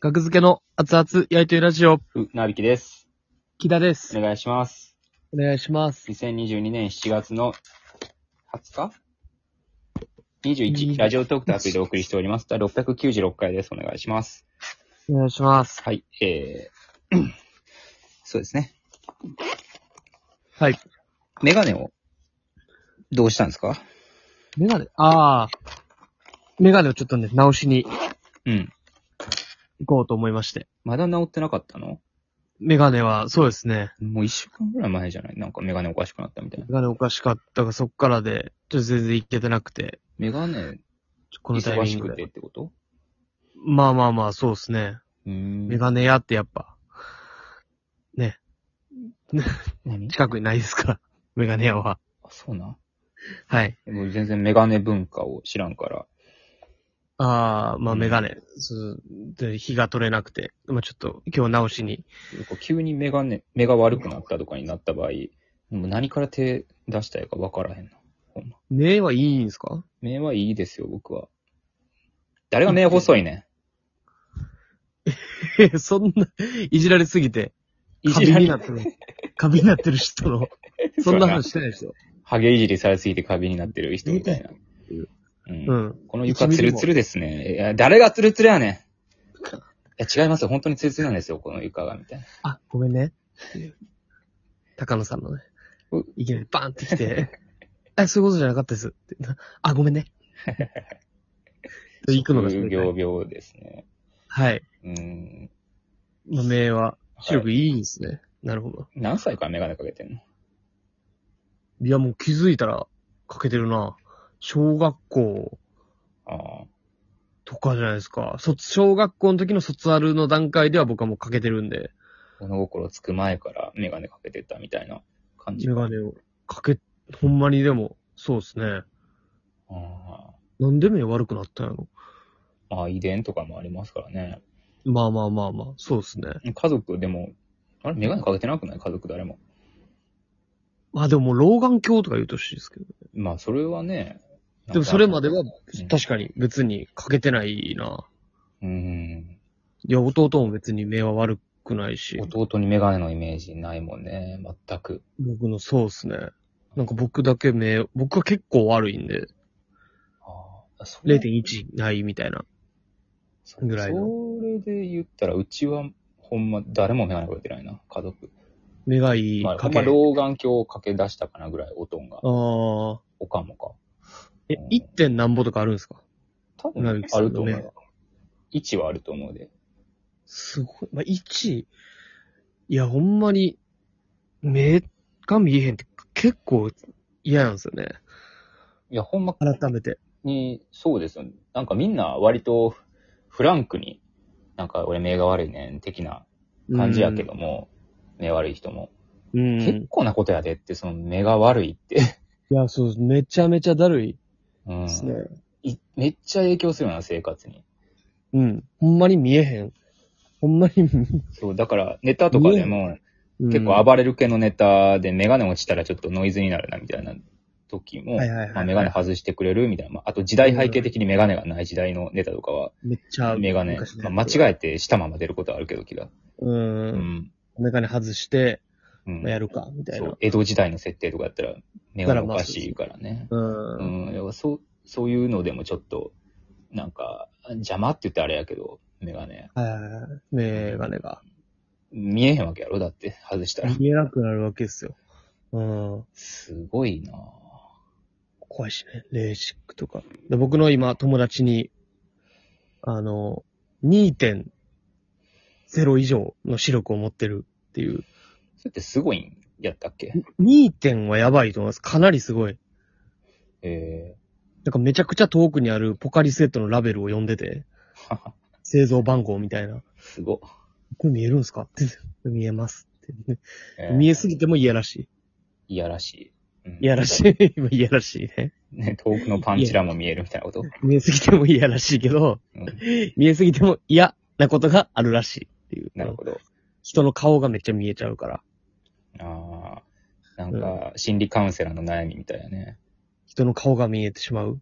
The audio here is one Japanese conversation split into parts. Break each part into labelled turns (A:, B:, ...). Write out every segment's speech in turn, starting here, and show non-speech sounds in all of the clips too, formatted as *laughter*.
A: 学付けの熱々焼いてるラジオ、
B: う、なびきです。
A: 木田で
B: お
A: す。
B: 願いします。
A: お願いします。
B: 2022年7月の20日 ?21、
A: 21
B: ラジオトークとアプリでお送りしております。第696回です。お願いします。
A: お願いします。
B: はい、えー、 *clears throat* そうですね。
A: はい。
B: メガネを、どうしたんですか
A: メガネ、ああ。メガネをちょっとね、直しに
B: うん。
A: 行こうと思いまして。
B: まだ治ってなかったの
A: メガネは、そうですね。
B: もう一週間ぐらい前じゃないなんかメガネおかしくなったみたいな
A: メ。ガネおかしかったが、そっからで、ちょっと全然いけてなくて、
B: メガネ、
A: ちょこのタイ
B: 忙
A: ミ
B: し
A: ング
B: くて
A: で
B: っ。てこと
A: まあまあまあ、そうですね。
B: うーん
A: メガネ屋ってやっぱ、ね、
B: 何
A: 近くにないですから。 *laughs* メガネ屋は。
B: あ、そうなん。
A: はい。
B: もう全然メガネ文化を知らんから。
A: ああ、まあ
B: うん
A: メガネ、そうで、日が取れなくて、まあちょっと今日直しに
B: こう急に目がね、目が悪くなったとかになった場合、もう何から手出したいか分からへんな。
A: 目はいいんですか
B: 目はいいですよ、僕は。誰が目細いね
A: え、 *laughs* そんな、いじられすぎて、
B: ん。い
A: カ
B: じ
A: ビ
B: られ
A: になってる。カビになってる人の、そんな話してないでしょ。
B: ハゲいじりされすぎてカビになってる人みたいな。うん
A: うん。
B: この床ツルツルですね。いや、誰がツルツルやねん。いや、違いますよ。本当にツルツルなんですよ、この床が、みたいな。
A: あ、ごめんね。高野さんのね
B: う、
A: いきなりバーンってきて、 *laughs* あ、そういうことじゃなかったです。ってあ、ごめんね。行くのが
B: 職
A: す
B: 業病ですね。
A: はい。
B: うん。
A: まあ目は、
B: い
A: 視力いいんですね。なるほど。
B: 何歳からメガネかけてんの
A: いや、もう気づいたら、かけてるな。小学校
B: ああ。
A: とかじゃないですか。卒、小学校の時の卒アルの段階では僕はもうかけてるんで。
B: 物心つく前からメガネかけてたみたいな感じ
A: メ。ガネをかけ、ほんまにでも、そうですね。
B: あ
A: なんで目悪くなったんやろ
B: あまあ、遺伝とかもありますからね。
A: まあまあまあまあ、そうですね。
B: 家族でも、あれ、メガネかけてなくない家族誰も。
A: まあでももう老眼鏡とか言うとしいですけど。
B: まあ、それはね。
A: でもそれまでは
B: ん、
A: 確かに別にかけてないな。
B: うん。
A: いや、弟も別に目は悪くないし、
B: 弟にメガネのイメージないもんね。全く。
A: 僕のそうですね。なんか僕だけ目、僕は結構悪いんで、
B: ああ、それ
A: 0.1ないみたいな。ぐらいの
B: それで言ったら、うちは、ほんま、誰もメガネかけてないな、家族。
A: 目がいい
B: まあ、ほ
A: か
B: ん
A: け。
B: ま、
A: あー、
B: 老眼鏡をかけ出したかなぐらい、おとんが。
A: あ
B: おかんもか。
A: え、1. 点何ぼとかあるんですか
B: 多分、
A: なびき
B: あ
A: さん
B: る
A: の
B: と思う
A: ね
B: よ。位置はあると思うで。
A: すごい。まあ、1、いや、ほんまに、目が見えへんって結構嫌なんですよね。
B: いや、ほんま
A: 改めて。
B: に、そうですよね。なんかみんな割とフランクに、なんか俺目が悪いねん的な感じやけども、目悪い人も、
A: うん。うん。
B: 結構なことやでって、その目が悪いって。
A: いや、そうです。めちゃめちゃだるい
B: うん
A: ですね。
B: いめっちゃ影響するような生活に。
A: うん。ほんまに見えへん。ほんまに、
B: そう、だからネタとかでも、結構
A: ば、
B: 暴れる系のネタでメガネ落ちたらちょっとノイズになるなみたいな時も、
A: はいはいはいはい
B: まあメガネ外してくれるみたいな、まあ、あと時代背景的にメガネがない時代のネタとかは、
A: めっちゃ、
B: メガネ、
A: 昔の
B: まあ
A: やつ
B: 間違えてしたまま出ることはあるけど気が。
A: う。
B: うんん。
A: メガネ外して、
B: うん
A: まあやるか、みたい
B: そ
A: な
B: う。、江戸時代の設定とかやったら、目がおかしいからね。
A: う。
B: うんん、やっぱそう、そういうのでもちょっと、なんか、邪魔って言ってあれやけど、メガネ。
A: はいはいはい。メガネが。
B: 見えへんわけやろだって、外したら。
A: 見えなくなるわけですよ。うん。
B: すごいなぁ
A: 怖いしね。レーシックとか。で僕の今、友達に、あの、2.0以上の視力を持ってるっていう。
B: それってすごいんやったっけ
A: 2点はやばいと思います。かなりすごい。
B: え
A: なんかめちゃくちゃ遠くにあるポカリスエットのラベルを読んで
B: *laughs*
A: て、
B: ー、
A: 製造番号みたいな。
B: すご。
A: これ見えるんすかって見えますって、
B: えー
A: 見えすぎてもいやらし
B: いやらしい。うん
A: い。いやらしい。
B: *laughs*
A: 今いやらしいね。
B: ね、遠くのパンチラも見えるみたいなこと。
A: 見えすぎてもいやらしいけど、
B: うん
A: 見えすぎても嫌なことがあるらしいっていう。
B: なるほど。
A: 人の顔がめっちゃ見えちゃうから。
B: ああ、なんか、心理カウンセラーの悩みみたいやね。
A: 人の顔が見えてしまう。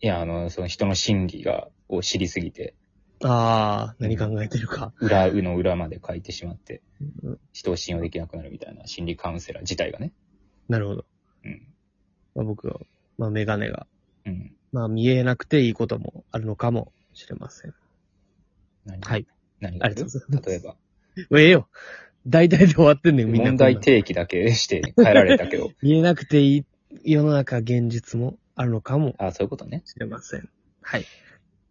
B: いや、あの、その人の心理が、を知りすぎて、
A: ああ、何考えてるか。
B: 裏の裏まで書いてしまって
A: うん、
B: 人を信用できなくなるみたいな心理カウンセラー自体がね。
A: なるほど。
B: うん。
A: まあ、僕は、まあ、メガネが、
B: うん。
A: まあ、見えなくていいこともあるのかもしれません。
B: 何が
A: はい。
B: 何があ
A: ありが
B: る
A: とうございます *laughs*
B: 例えば。
A: ええよ。大体で終わってんねん、みんな。
B: 問題提起だけして変えられた
A: *laughs*
B: けど。
A: 見えなくていい世の中現実もあるのかも
B: ああ、そういうことね。
A: しれません。はい。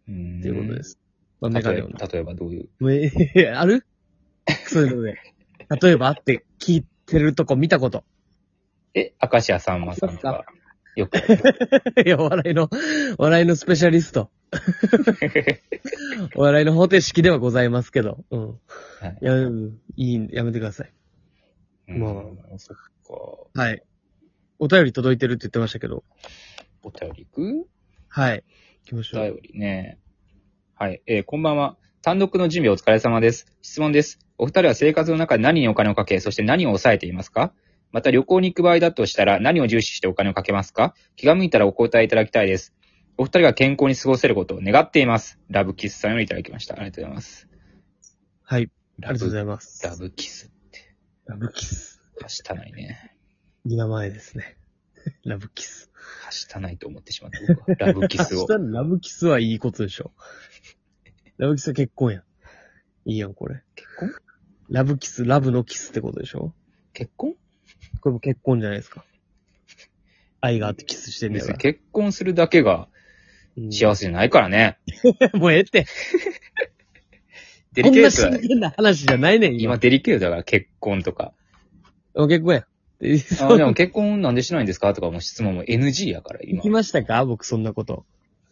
B: うーん。
A: ということです。まあ、メ
B: 例
A: ガ
B: え
A: ネを
B: ば。例えばどういう。
A: ええある *laughs* そういうの
B: *laughs*
A: で。例えばって聞いてるとこ見たこと。
B: え、明石家さんまさんとか。よく。
A: いや、お笑いの、お笑いのスペシャリス
B: *laughs*
A: ト。お笑いの方程式ではございますけど。うん。
B: はい
A: や、うんいい、やめてください。まあまあ
B: うんそっか。お
A: はい。お便り届いてるって言ってましたけど。
B: 便り行く
A: はい。行きまし
B: お
A: ょう。
B: 便りね。はい。えーこんばんは。単独の準備お疲れ様です。質問です。お二人は生活の中で何にお金をかけ、そして何を抑えていますかまた旅行に行く場合だとしたら何を重視してお金をかけますか気が向いたらお答えいただきたいです。お二人が健康に過ごせることを願っています。ラブキスさんよりいただきました。ありがとうございます。
A: はい。あり
B: ラ
A: がとうござ
B: い
A: います。
B: ラブキス。
A: ラブキス。
B: はしたないね。
A: いい名前ですね。 *laughs* ラブキス。
B: はしたないと思ってしまった。僕はラブキスを
A: 明。日のラブキスはいいことでしょ。ラブキスは結婚やん。いいやん、これ。
B: 結婚
A: ラブキス、ラブのキスってことでしょ
B: 結婚
A: これも結婚じゃないですか。愛があってキスしてんだ
B: 別
A: か
B: に
A: ら。
B: 結婚するだけが幸せじゃないからね。
A: うん *laughs* もうええって。
B: デ
A: こ
B: リ
A: ん
B: ケ
A: な
B: ートだ
A: 真剣な話じゃないねん、
B: 今
A: 今。
B: デリケートだから結婚とか。
A: もう結婚やん。で
B: あ
A: そう
B: ーでも結婚なんでしないんですかとかもう質問も NG やから、
A: *laughs* 行
B: 今
A: き。ましたか僕そんなこと。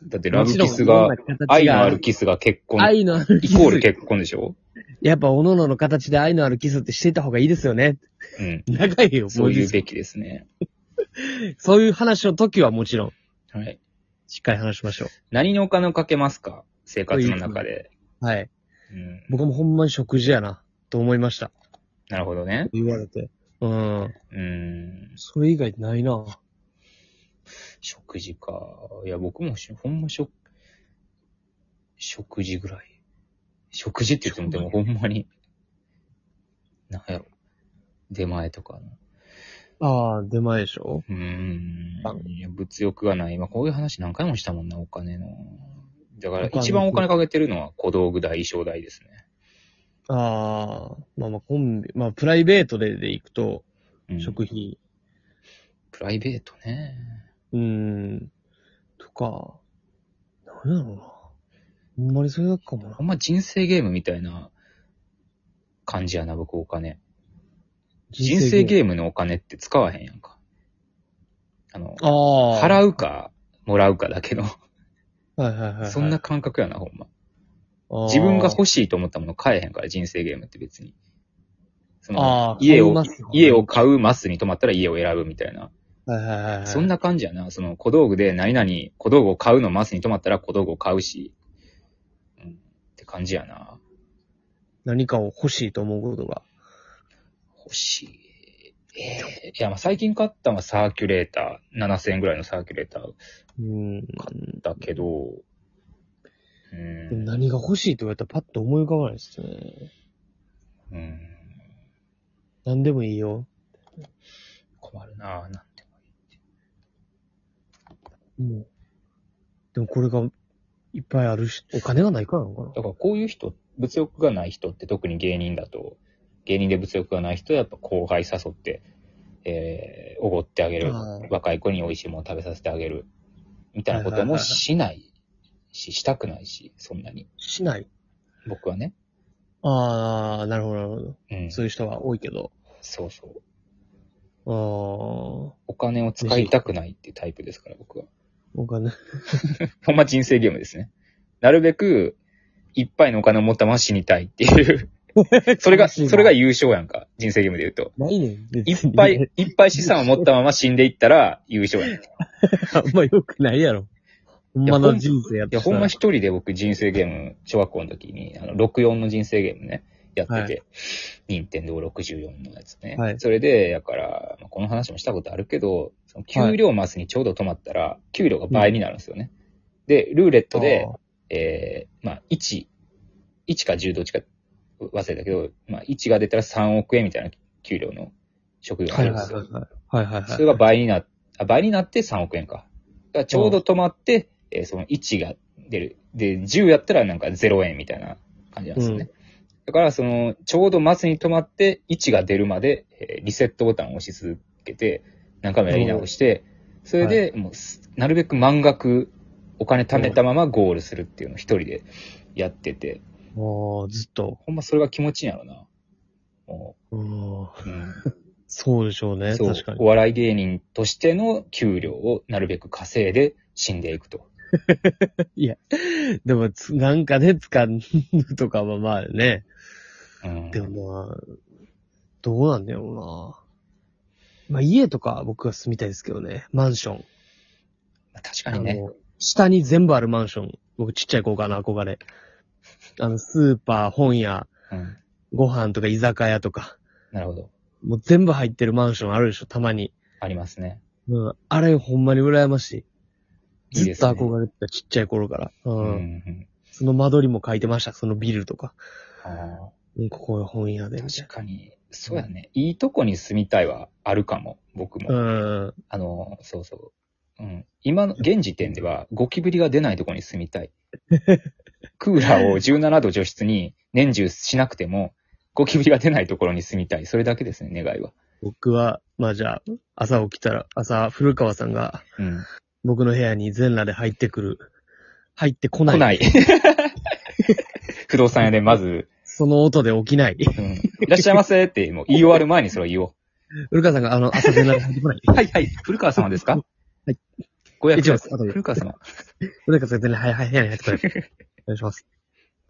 B: だってラブキス
A: もちろんいろ
B: が、
A: んな形
B: 愛のあるキスが結婚、
A: 愛のある
B: イ
A: キス。
B: コール結婚でしょ
A: やっぱ、おののの形で愛のあるキスってしていた方がいいですよね。
B: うん。
A: 長いよ、
B: そういう
A: 文
B: べきですね。
A: 字数そういう話の時はもちろん、
B: はい。
A: しっかり話しましょ
B: 何にお金をかけますか生活の中で。
A: う。はい。
B: うん。
A: 僕もほんまに食事やな、と思いました。
B: なるほどね。
A: 言われて。うん。
B: うん。
A: それ以外ないな。
B: 食事か。いや、僕もしほんま食、食事ぐらい。食事って言っても、でもほんまに、なんやろ。出前とかの。
A: ああ、出前でしょ
B: うーん。いや物欲がない。まあ、こういう話何回もしたもんな、お金の。だから、
A: お金
B: 一番お金かけてるのは小道具代、衣装代ですね。
A: ああ、まあまあコンビ、まあプライベートでで行くと、
B: うん、
A: 食費、
B: プライベートね。
A: うーん、とか、なんだろうな。ほんまにそれだけかもな
B: あ。んま人生ゲームみたいな感じやな、僕、お金。人生ゲームのお金って使わへんやんか。あの、
A: ああ。
B: 払
A: う。
B: うか、もらうかだけの、
A: はいはいはい、はい。
B: そんな感覚やな、ほんま。
A: あー、
B: 自分が欲しいと思ったもの買えへんから、人生ゲームって別に。そ
A: あ
B: の
A: ー
B: 家
A: 買いま
B: を
A: すよ、ね
B: 家を買うマスに止まったら家を選ぶみたいな。
A: はいはいはいはい。
B: そんな感じやな。その小道具で何々、小道具を買うのマスに止まったら小道具を買うし。うん。って感じやな。
A: 何かを欲しいと思うことが。
B: 欲しい。ええいや、まあ最近買ったのはサーキュレーター。7000円ぐらいのサーキュレーター
A: うん。
B: だけど。うん。
A: 何が欲しいと言われたらパッと思い浮かばないですね。
B: うん。
A: 何でもいいよ。
B: 困るな。なんて。
A: もう。でもこれがいっぱいあるし、お金がないからなのかな
B: だからこういう人、物欲がない人って特に芸人だと、芸人で物欲がない人はやっぱ後輩誘って、えー、おごってあげる
A: はい。
B: 若い子に美味しいもの食べさせてあげる。みたいなこともしないし、したくないし、そんなに。
A: しない。
B: 僕はね。
A: ああ、なるほど、なるほど。
B: うん。
A: そういう人が多いけど。
B: そうそう。
A: ああ、お
B: お金を使いたくないっていうタイプですから、僕は。
A: 金。
B: ほんま人生ゲームですね。なるべく、いっぱいのお金を持ったまま死にたいっ
A: *laughs*
B: ていう。それが、
A: 悲しいな
B: それが優勝やんか。人生ゲームで言うと。
A: ないねん。
B: い
A: 別に
B: っ
A: *laughs*
B: ぱい。、いっぱい資産を持ったまま死んでいったら優勝やね。い
A: あんま良くないやろ。ほんまの人生やって
B: や、ほんま一人で僕人生ゲーム、小学校の時に、あの、64の人生ゲームね、やってて、任天堂64のやつね。
A: はい
B: それで、やから、まあこの話もしたことあるけど、その給料マスにちょうど止まったら、給料が倍になるんですよね。で、ルーレットで、えー、まあ、1、 1か10どっちか忘れたけど、まあ、1が出たら3億円みたいな給料の職業が
A: は
B: ある
A: い
B: んで
A: は
B: す
A: い
B: よ。
A: はい。はいはいはい。
B: それが倍になっ、あ倍になって3億円か。だからちょうど止まって、えーその1が出る。で、10やったらなんか0円みたいな感じなんですよね。だから、その、ちょうど末に止まって、1が出るまで、えーリセットボタンを押し続けて、何回もやり直して、それで、もうす、なるべく満額、お金貯めたままゴールするっていうのを一人でやってて、
A: もう、ずっと。
B: ほんまそれが気持ちいいんやろな。も
A: うん。
B: う、うん
A: そうでしょうね。
B: そう
A: 確か、に。
B: お笑い芸人としての給料をなるべく稼いで死んでいくと。
A: でも、つなんかね、掴むとかはまあね。
B: うん、
A: でもまあ、どうなんだろうな。まあ家とか僕は住みたいですけどね。マンション。
B: まあ確かにね。
A: の、下に全部あるマンション。僕ちっちゃい頃からの憧れ。あの、スーパー、本屋、
B: うん、
A: ご飯とか居酒屋とか。
B: なるほど。
A: もう全部入ってるマンションあるでしょ、たまに。
B: ありますね。
A: うん。あれほんまに羨ましい。
B: いい
A: ず
B: で
A: っ
B: すね
A: と憧れてた、ちっちゃい頃から。う。
B: うんん
A: その間取りも書いてました、そのビルとか。
B: あ
A: うん、ここが本屋で。
B: ー
A: みたい
B: 確かに、そうやね。いいとこに住みたいはあるかも、僕も。
A: なうん。
B: あの、そうそう。うん、今の、現時点ではゴキブリが出ないとこに住みたい。
A: *laughs*
B: クーラーを17度除湿に年中しなくても、ゴキブリが出ないところに住みたい。それだけですね、願いは。
A: 僕は、まあじゃあ、朝起きたら、朝、古川さんが、
B: うん。
A: 僕の部屋に全裸で入ってくる。入ってこない。
B: 来 *laughs* ない。不動産屋でまず、
A: その音で起きない。
B: うん、いらっしゃいませって、もう言い終わる前にそれを言おう。
A: 古川さんが、あの、朝全裸で入ってこない。
B: はいはい、古川様ですか
A: はい。
B: ご予約
A: 一応
B: で
A: 後で
B: 古川様。
A: 古川さんが全裸、はい、はい、部屋に入ってこない。お願いします。